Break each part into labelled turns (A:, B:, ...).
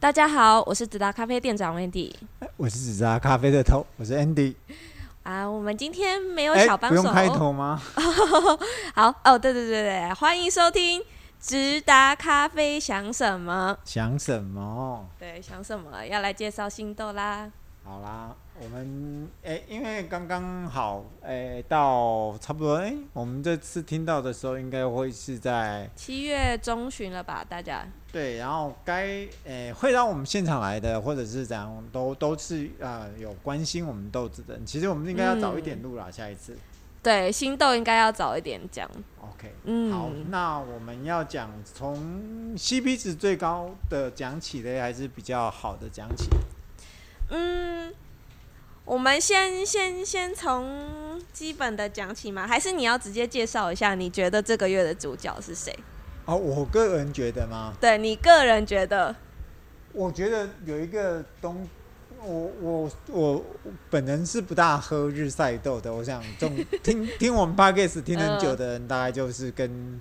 A: 大家好，我是直达咖啡店长 Wendy
B: 我是纸扎咖啡的头，我是 Andy。
A: 啊。我们今天没有
B: 哎
A: 小帮
B: 不
A: 手，
B: 用开头吗？
A: 好哦，对对对对，欢迎收听直达咖啡想什么？
B: 想什么？
A: 对，想什么？要来介绍新豆啦。
B: 好啦，我们哎、因为刚刚好，哎、到差不多哎、我们这次听到的时候，应该会是在
A: 七月中旬了吧，大家
B: 对，然后该哎、会到我们现场来的，或者是怎样，都都是啊、呃有关心我们豆子的人。其实我们应该要早一点录啦，下一次。
A: 对新豆应该要早一点讲。
B: OK，好，
A: 嗯，
B: 那我们要讲从 CP 值最高的讲起嘞，还是比较好的讲起？
A: 嗯，我们先先先从基本的讲起吗？还是你要直接介绍一下你觉得这个月的主角是谁？
B: 哦，我个人觉得嘛，
A: 对你个人觉得？
B: 我觉得有一个东，我我我本人是不大喝日晒豆的。我想 中听听我们 podcast 听很久
A: 嗯
B: 的人，大概就是跟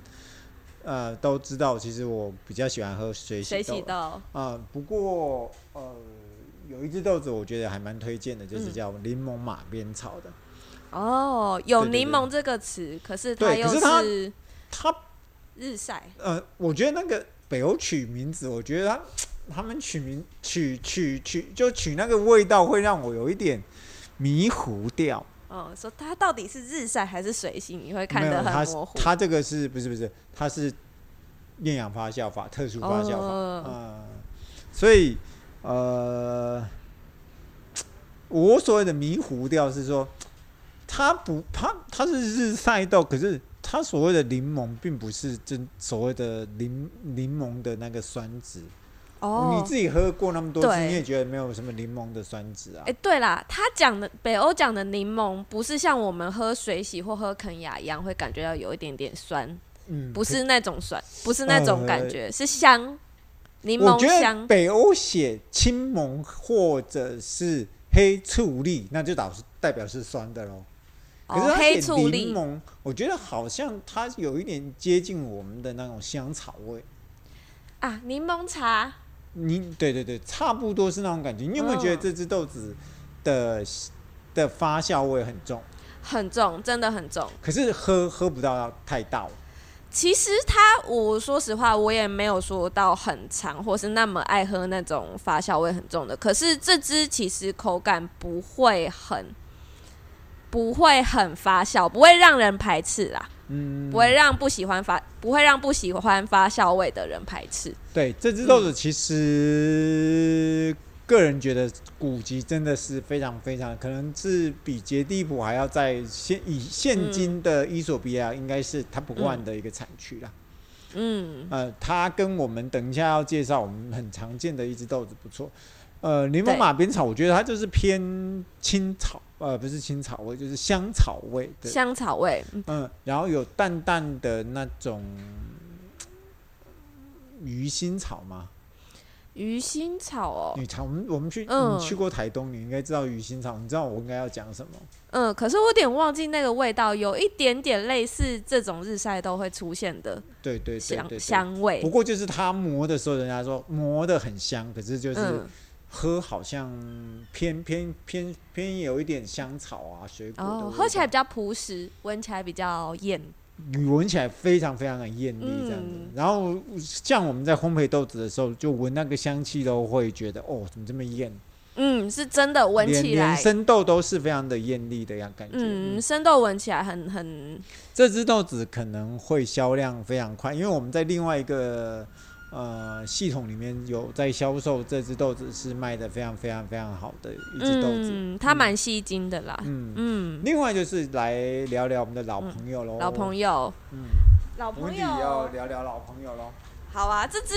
B: 呃都知道，其实我比较喜欢喝水
A: 水
B: 洗
A: 洗
B: 豆。
A: 豆，
B: 呃，不过呃有一只豆子我觉得还蛮推荐的，就是
A: 嗯
B: 叫柠檬马鞭草的。
A: 哦，有
B: 对对对
A: 柠檬这个词，可是它
B: 对
A: 又
B: 可是它
A: 是
B: 它
A: 日晒，
B: 呃，我觉得那个北欧取名字，我觉得他他们取名取取取就取那个味道，会让我有一点迷糊掉。
A: 嗯，说它到底是日晒还是水洗，你会看
B: 没有，
A: 得
B: 他
A: 很模糊。
B: 他这个是不是不是？他是厌氧发酵法，特殊发酵法。
A: 哦
B: 呃，所以呃，我所谓的迷糊掉是说，它不，它它是日晒豆，可是它所谓的柠檬并不是真所谓的柠柠檬的那个酸值。嗯你
A: 哦
B: 自，己喝过那么多次，
A: 对
B: 你也觉得没有什么柠檬的酸值啊？
A: 哎、对啦，他讲的北欧讲的柠檬，不是像我们喝水洗或喝肯雅一样会感觉到有一点点酸，
B: 嗯，呃
A: 不是那种酸，不是那种感觉，是香，柠
B: 我
A: 檬
B: 觉得
A: 香。
B: 北欧写青檬或者是黑醋栗，那就导代表是酸的喽。可是
A: 哦，
B: 它
A: 黑
B: 写
A: 醋
B: 柠
A: 栗，
B: 檬，我觉得好像它有一点接近我们的那种香草味。
A: 啊，柠檬茶，
B: 你对对对，差不多是那种感觉。你有没有觉得
A: 嗯
B: 这只豆子的、的发酵味很重？
A: 很重，真的很重。
B: 可是喝喝不到太到，
A: 其实它，我说实话，我也没有说到很长，或是那么爱喝那种发酵味很重的。可是这支其实口感不会很，不会很发酵，不会让人排斥啦，
B: 嗯
A: 不，会让不喜欢发，不会让不喜欢发酵味的人排斥。
B: 对，这只豆子其实、个人觉得古籍真的是非常非常，可能是比杰地普还要在现以
A: 嗯
B: 现今的伊索比亚应该是 Top One 的一个产区啦。
A: 嗯，
B: 呃，它跟我们等一下要介绍我们很常见的一只豆子不错。呃，柠
A: 对
B: 檬马鞭草，我觉得它就是偏青草，呃，不是青草味，就是香草味的
A: 香草味，嗯
B: 嗯，然后有淡淡的那种嗯鱼腥草吗？
A: 鱼腥草哦，
B: 女草，我们我们去，
A: 嗯
B: 你去过台东，你应该知道鱼腥草，你知道我应该要讲什么？
A: 嗯，可是我有点忘记那个味道，有一点点类似这种日晒豆会出现的
B: 对对对
A: 香
B: 对对。
A: 香味
B: 不。过就是它磨的时候，人家说磨的很香，可是就是
A: 嗯，
B: 喝好像偏偏偏偏有一点香草啊水果的味道，
A: 哦，喝起来比较朴实，闻起来比较艳。
B: 你闻起来非常非常的艳丽这样子。
A: 嗯
B: 然后像我们在烘焙豆子的时候，就闻那个香气都会觉得哦，怎么这么艳？
A: 嗯，是真的闻
B: 连
A: 起
B: 连
A: 来，
B: 生豆都是非常的艳丽的样感觉。嗯
A: 嗯，生豆闻起来很很，
B: 这只豆子可能会销量非常快，因为我们在另外一个呃系统里面有在销售这只豆子，是卖的非常非常非常好的一只豆子。
A: 嗯，它蛮吸睛的啦。
B: 嗯，
A: 嗯，
B: 另外就是来聊聊我们的老朋友喽、
A: 老朋友，
B: 嗯，
A: 老
B: 我们
A: 朋
B: 也要
A: 友，
B: 聊聊老朋友喽。
A: 好啊，这支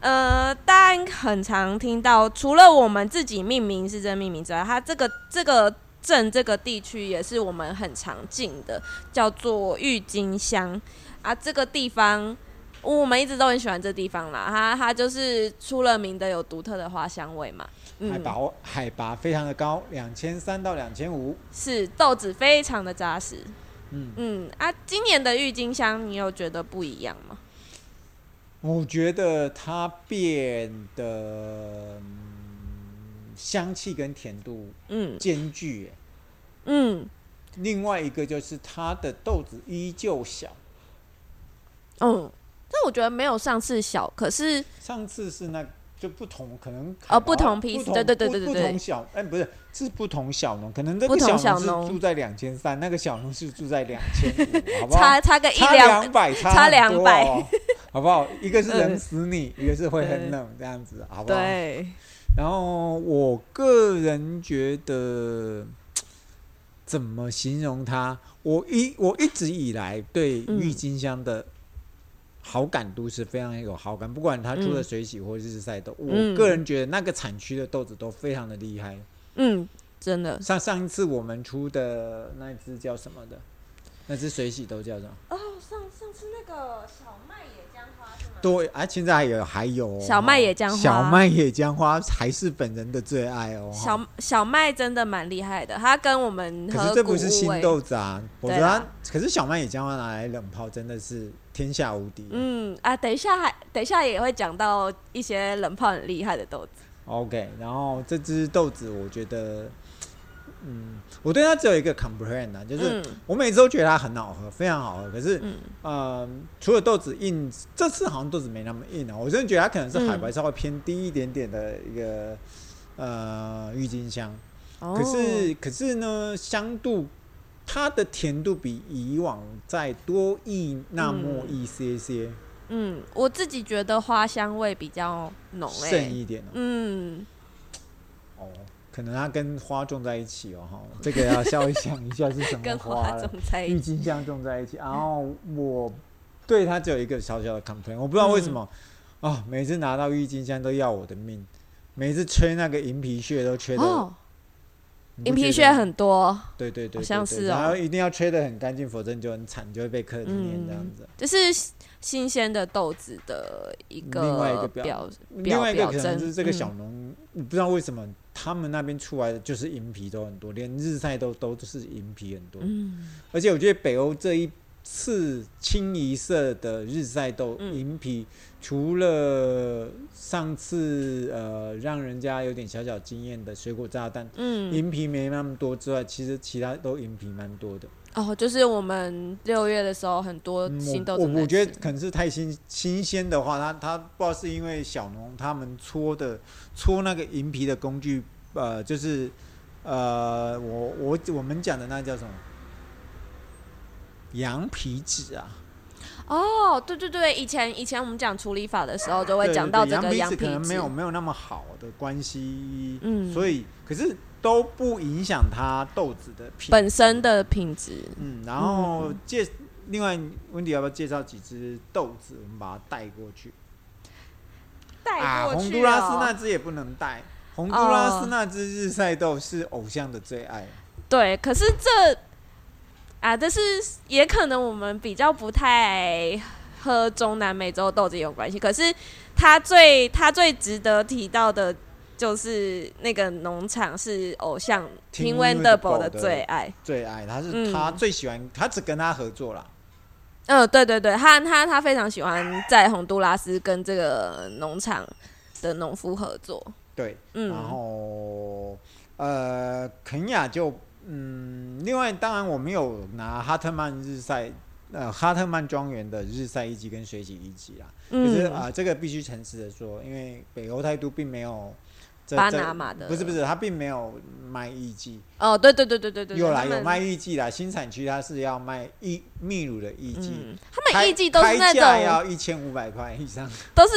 A: 呃，大家很常听到，除了我们自己命名是真命名之外，它这个这个镇这个地区也是我们很常进的，叫做郁金香啊，这个地方。我们一直都很喜欢这地方啦，它它就是出了名的有独特的花香味嘛。
B: 海
A: 嗯，
B: 拔海拔非常的高，两千三到两千五。
A: 是豆子非常的扎实。
B: 嗯，
A: 嗯啊，今年的郁金香你有觉得不一样吗？
B: 我觉得它变得、嗯香气跟甜度
A: 嗯
B: 兼具、欸
A: 嗯，
B: 另外一个就是它的豆子依旧小，
A: 嗯，但我觉得没有上次小，可是
B: 上次是那就不同，可能
A: 哦
B: 啊
A: 不同批次对对对对对
B: 不
A: 对
B: 同小哎、不是是不同小农，可能这
A: 不
B: 个
A: 同小
B: 农是
A: 农
B: 住在两千三，那个小农是住在两千五，好不好？
A: 差差个一
B: 差
A: 两，
B: 两百，
A: 差
B: 差很多
A: 200
B: 哦，好不好？一个是冷
A: 嗯
B: 死你，一个是会
A: 对
B: 很冷，这样子，好不好？
A: 对，
B: 然后我个人觉得，怎么形容它？我一我一直以来对
A: 嗯
B: 郁金香的好感度是非常有好感，不管它出了
A: 嗯
B: 水洗或者是日晒豆，
A: 嗯
B: 我个人觉得那个产区的豆子都非常的厉害。
A: 嗯，真的
B: 上上一次我们出的那一只叫什么的？那只水洗豆叫什么？
A: 哦，上上次那个小麦野姜花是吗？
B: 对啊，现在还有还有哦、
A: 小麦野姜花
B: 小麦野姜花还是本人的最爱哦。哈
A: 小小麦真的蛮厉害的，它跟我们
B: 可
A: 和欸
B: 是这不是新豆子啊，我觉
A: 对
B: 得它
A: 啦
B: 可是小麦野姜花拿来冷泡真的是天下无敌。
A: 嗯啊，等一下还等一下也会讲到一些冷泡很厉害的豆子，
B: OK，然后这只豆子我觉得，嗯，我对它只有一个 complain 啊，就是
A: 嗯
B: 我每次都觉得它很好喝，非常好喝，可是。
A: 嗯
B: 呃，除了豆子硬，这次好像豆子没那么硬啊。我真的觉得它可能是
A: 嗯
B: 海拔稍微偏低一点点的一个、呃郁金香。
A: 哦
B: 可是可是呢，香度它的甜度比以往再多一那么一些些，
A: 嗯，我自己觉得花香味比较浓哎、
B: 剩一点哦。
A: 嗯，
B: 哦可能它跟花种在一起哦，哈，这个要稍微想一下是什么
A: 跟花
B: 了
A: 种。在一
B: 郁
A: 起，
B: 金香种在一起，然后我对它只有一个小小的 complain，我不知道为什
A: 嗯
B: 么啊、每次拿到郁金香都要我的命，每次吹那个银皮屑都吹的，
A: 哦，
B: 你不
A: 银皮
B: 觉
A: 屑
B: 得
A: 很多，
B: 对对对对
A: 好像
B: 对
A: 是哦
B: 然后一定要吹得很干净，否则你就很惨，你就会被客人念
A: 嗯
B: 这样子。
A: 就是新鲜的豆子的一个
B: 另外一个表
A: 表
B: 另外一个可
A: 表
B: 能
A: 征
B: 是这个
A: 嗯
B: 小农，你不知道为什么他们那边出来的就是银皮都很多，连日晒都都是银皮很多，
A: 嗯
B: 而且我觉得北欧这一次清一色的日晒豆
A: 嗯
B: 银皮，除了上次呃让人家有点小小惊艳的水果炸弹
A: 嗯，
B: 银皮没那么多之外，其实其他都银皮蛮多的。
A: 哦，就是我们六月的时候很多
B: 嗯
A: 新豆
B: 我
A: 子
B: 我
A: 来
B: 我觉
A: 吃，
B: 得可能是太新新鲜的话，它它不知道是因为小农他们搓的搓那个银皮的工具，呃，就是呃我我我们讲的那叫什么羊皮纸啊。
A: 哦，对对对，以前以前我们讲处理法的时候就
B: 对
A: 会
B: 对
A: 讲
B: 对
A: 到这个
B: 羊
A: 羊
B: 皮纸可能
A: 纸
B: 没有没有那么好的关系，
A: 嗯
B: 所以可是都不影响它豆子的品
A: 本身
B: 的，
A: 的品质，
B: 嗯，然后介另外温迪要不要介绍几只豆子，我们把它带过去
A: 带
B: 啊？
A: 过去、哦
B: 洪都拉斯那只也不能带，洪都拉斯那只日晒豆是偶像的最爱，
A: 哦对，可是这啊，但是也可能我们比较不太喝中南美洲豆子有关系。可是它最它最值得提到的就是那个农场是偶像
B: Tim
A: Tim
B: Wendelboe
A: Wendelboe 的
B: 的
A: 最爱。
B: 最爱他是
A: 嗯
B: 他最喜欢，他只跟他合作啦。
A: 嗯，对对对，他他他非常喜欢在洪都拉斯跟这个农场的农夫合作。
B: 对，然
A: 嗯
B: 后呃，肯雅就嗯，另外当然我们有拿哈特曼日晒呃哈特曼庄园的日晒一级跟水洗一级啦，可是啊、
A: 嗯，
B: 呃这个必须诚实的说，因为北欧态度并没有这
A: 巴
B: 这
A: 拿马的
B: 不是不是，他并没有卖一季，
A: 哦，对对对对对对，
B: 有啦
A: 他
B: 有
A: 们
B: 卖一季啦，新产区它是要卖一秘鲁的一季。
A: 嗯，他
B: 开
A: 们一季都是那
B: 开价
A: 种
B: 要一千五百块以上，
A: 都是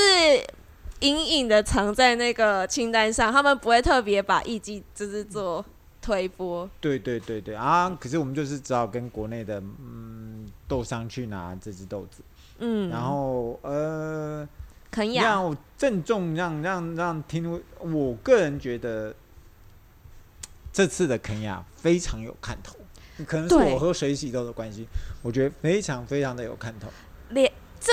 A: 隐隐的藏在那个清单上，他们不会特别把艺伎就是做推播。
B: 对对对对啊！可是我们就是只好跟国内的嗯豆商去拿这只豆子。
A: 嗯，
B: 然后呃，
A: 肯雅，
B: 要郑重让让让听，我个人觉得这次的肯亚非常有看头，可能是
A: 对
B: 我喝水洗豆的关系，我觉得非常非常的有看头。
A: 连这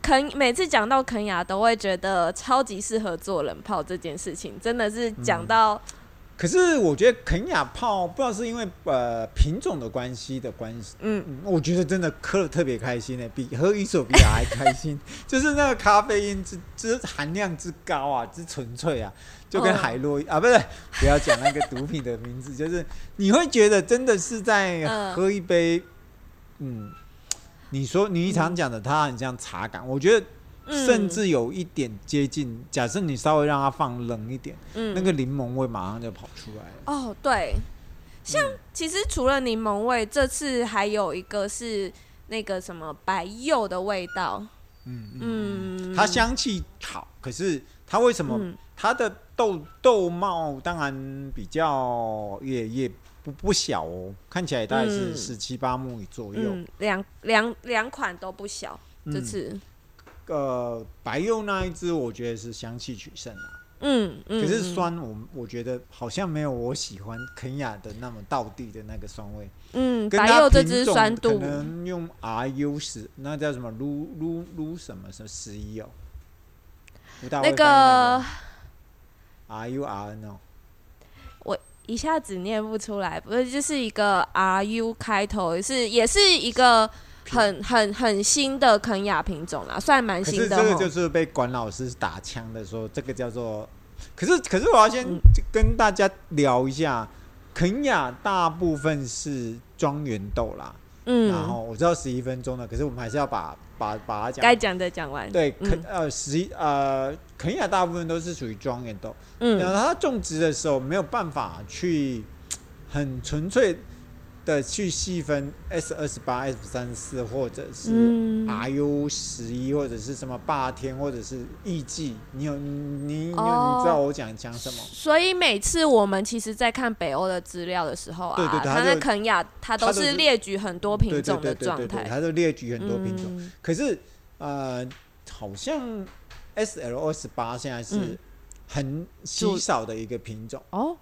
A: 肯每次讲到
B: 嗯
A: 肯雅，都会觉得超级适合做冷泡这件事情，真的是讲到
B: 可是我觉得肯亚炮不知道是因为呃品种的关系的关系，
A: 嗯，
B: 嗯，我觉得真的喝的特别开心呢、欸比喝伊索比亚还 开心，就是那个咖啡因之之含量之高啊，之纯粹啊，就跟
A: 哦
B: 海洛因、啊，不是，不要讲那个毒品的名字， 就是你会觉得真的是在
A: 嗯
B: 喝一杯，嗯，你说你常讲的，它很像茶感，我觉得
A: 嗯
B: 甚至有一点接近。假设你稍微让它放冷一点，
A: 嗯
B: 那个柠檬味马上就跑出来了。
A: 哦，对，像其实除了柠檬味，这次还有一个是那个什么白柚的味道。
B: 嗯嗯，
A: 嗯，
B: 它香气好，可是它为什么
A: 嗯
B: 它的豆豆帽当然比较也也不不小哦，看起来大概是
A: 嗯
B: 十七八目左右。
A: 嗯，两两两款都不小，这
B: 嗯
A: 次。
B: 呃，白柚那一只我觉得是香气取胜啊，
A: 嗯嗯，
B: 可是
A: 嗯，
B: 酸我我觉得好像没有我喜欢肯雅的那么道地的那个酸味。
A: 嗯，
B: 跟
A: 白
B: 它
A: 柚这
B: 品
A: 支
B: 种
A: 酸
B: 可
A: 度，
B: 能用 R U 十，那叫什么撸撸撸什么什么十一哦，不大
A: 那个
B: R U R N 哦，
A: 一下子念不出来，不是就是一个 R U 开头，是也是一个很很很新的肯亚品种啦，算蛮
B: 可
A: 新
B: 是
A: 的
B: 这
A: 吼。
B: 个就是被管老师打枪的说，这个叫做，可是可是我要先
A: 嗯
B: 跟大家聊一下，肯雅大部分是庄园豆啦，然
A: 嗯，
B: 后我知道十一分钟了，可是我们还是要把把把它讲
A: 该讲的讲完。
B: 对，肯
A: 嗯
B: 呃十一呃肯雅大部分都是属于庄园豆。然
A: 嗯
B: 后它种植的时候没有办法去很纯粹的去细分 S 二十八、S 三四或者是
A: 嗯，
B: RU 十一或者是什么霸天或者是艺伎，你有你你你
A: 哦
B: 知道我讲讲什么？
A: 所以每次我们其实，在看北欧的资料的时候啊，
B: 对对对
A: 它
B: 它
A: 那
B: 就
A: 肯亚它
B: 它
A: 都
B: 都
A: 是
B: 是
A: 列举很多品
B: 对对
A: 种
B: 对
A: 的
B: 对
A: 状
B: 对对，
A: 态，
B: 它就列举很多品种，
A: 嗯
B: 可是呃好像 SL 二十八现在是
A: 嗯
B: 很
A: 就
B: 稀少的一个品种。
A: 哦，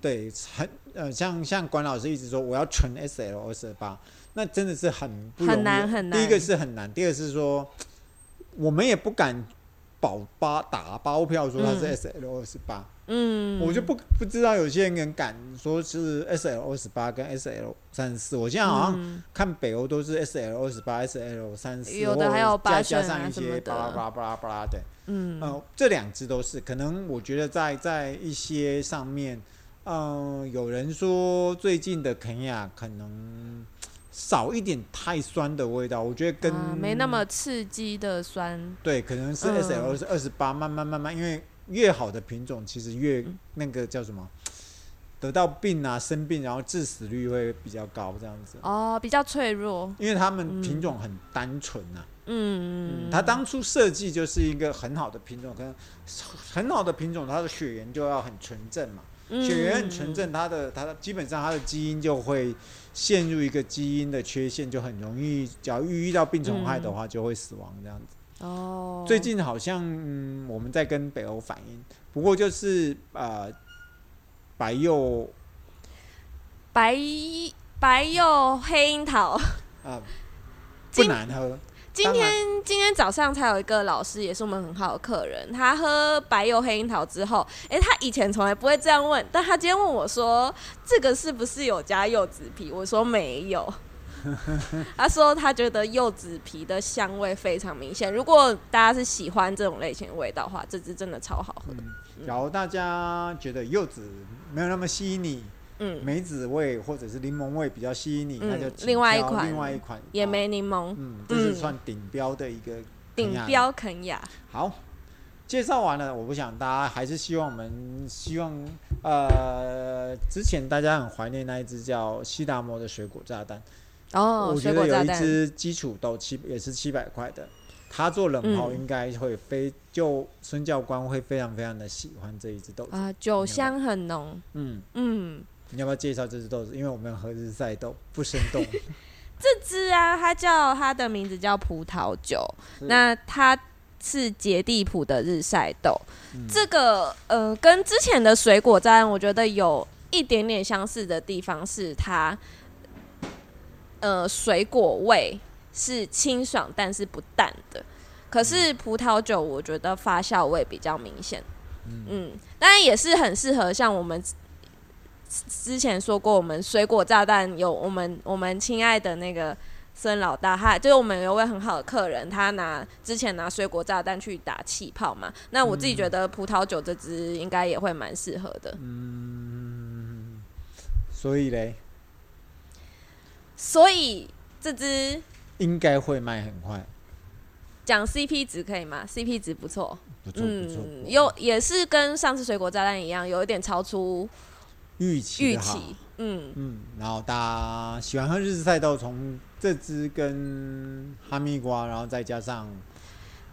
B: 对，很呃，像像管老师一直说我要纯 SL 二十八，那真的是很不容易
A: 很难很难
B: 第一个是很难，第二个是说我们也不敢保八打包票说它
A: 嗯
B: 是 SL 二十八，
A: 嗯，
B: 我就不不知道有些人敢说是 SL 二十八跟 SL 三四，我现在好像
A: 嗯
B: 看北欧都是 SL 二十八、SL 三四，
A: 有的还有
B: 加
A: 八
B: 加
A: 选啊
B: 上一
A: 什么
B: 些
A: 的
B: 巴拉巴拉巴拉巴拉的。
A: 嗯
B: 呃，这两只都是，可能我觉得在在一些上面，嗯、有人说最近的肯亚可能少一点太酸的味道，我觉得跟、
A: 啊没那么刺激的酸，
B: 对，可能是
A: 嗯
B: S L 是二十八，慢慢慢慢，因为越好的品种其实越
A: 嗯
B: 那个叫什么，得到病啊生病，然后致死率会比较高这样子，
A: 哦，比较脆弱，
B: 因为他们品
A: 嗯
B: 种很单纯啊。
A: 嗯
B: 嗯，，它当初设计就是一个很好的品种，可能很好的品种，它的血缘就要很纯正嘛。
A: 嗯
B: 血缘很纯正，它的它的基本上它的基因就会陷入一个基因的缺陷，就很容易，只要遇到病虫害的话，就会死亡这样子。
A: 嗯哦，
B: 最近好像、嗯、我们在跟北欧反映，不过就是呃白柚
A: 白白柚黑樱桃，
B: 啊、不
A: 今
B: 难喝，
A: 今
B: 当然
A: 天今天早上才有一个老师，也是我们很好的客人，他喝白柚黑樱桃之后，诶，他以前从来不会这样问，但他今天问我说：“这个是不是有加柚子皮？”我说没有。 他说他觉得柚子皮的香味非常明显，如果大家是喜欢这种类型的味道的话，这支真的超好喝。
B: 嗯，然后大家觉得柚子没有那么吸引你。
A: 嗯，
B: 梅子味或者是柠檬味比较吸引你，
A: 嗯
B: 那就请
A: 另外一
B: 挑
A: 款
B: 另外一款
A: 野
B: 啊
A: 莓柠檬
B: 嗯，这是
A: 嗯
B: 算顶标的一个
A: 顶
B: 肯亚的。
A: 标肯雅，
B: 好，介绍完了，我想大家还是希望我们希望呃，之前大家很怀念那一只叫西达摩的水果炸弹，
A: 哦，
B: 我觉
A: 水
B: 得
A: 果
B: 有
A: 炸
B: 一
A: 弹，
B: 只基础豆七也是七百块的，它做冷泡
A: 嗯
B: 应该会非、就孙教官会非常非常的喜欢这一只豆子，
A: 啊，酒香很浓，
B: 嗯。
A: 嗯。
B: 你要不要介绍这只豆子？因为我们喝日晒豆不生 动，
A: 这支啊，它叫它的名字叫葡萄酒，
B: 是
A: 那它是杰地普的日晒豆。
B: 嗯
A: 这个呃，跟之前的水果站，我觉得有一点点相似的地方是它，呃，水果味是清爽，但是不淡的。可
B: 嗯
A: 是葡萄酒，我觉得发酵味比较明显。
B: 嗯
A: 嗯，当然也是很适合像我们之前说过，我们水果炸弹有我们我们亲爱的那个孙老大，他就是我们有位很好的客人，他拿之前拿水果炸弹去打气泡嘛。那我自己觉得葡萄酒这支应该也会蛮适合的，
B: 嗯，所以嘞，
A: 所以这支
B: 应该会卖很快，
A: 讲 CP 值可以吗？CP 值不错，
B: 不错不错，
A: 嗯，有也是跟上次水果炸弹一样，有一点超出
B: 预期
A: 预
B: 的哈
A: 期，嗯，
B: 嗯，然后大家喜欢喝日式赛道，从这支跟哈密瓜，然后再加上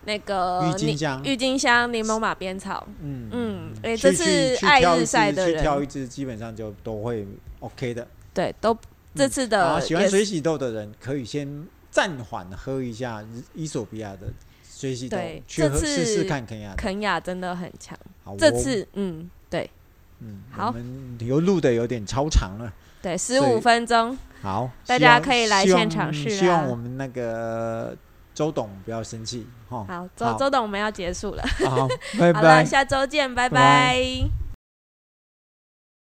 A: 那个
B: 郁金
A: 柠
B: 香，
A: 呃郁金香、柠檬马鞭草，
B: 嗯
A: 嗯，哎、
B: 去
A: 这
B: 去
A: 次
B: 去
A: 爱
B: 挑
A: 日
B: 一
A: 赛
B: 支
A: 的
B: 去挑
A: 人，
B: 一支基本上就都会 OK 的。
A: 对，都这次的、
B: 啊，
A: 也
B: 喜欢水
A: 是
B: 洗豆的人可以先暂缓喝一下日伊索比亚的水洗豆
A: 对，
B: 去
A: 这
B: 喝试试
A: 次
B: 看肯亚的。
A: 肯雅真的很强，
B: 好，
A: 这
B: 我
A: 次嗯，对
B: 嗯，我
A: 好
B: 们又录的有点超长了。
A: 对，十
B: 所以
A: 五分钟，
B: 好，
A: 大
B: 希
A: 家
B: 望
A: 可以来
B: 希
A: 现
B: 望
A: 场试
B: 希望
A: 啊
B: 我们那个周董不要生气 哈。
A: 好，周周董我们要结束了，
B: 好，拜
A: 好了，
B: 拜。
A: 下周见，拜
B: 拜拜
A: 拜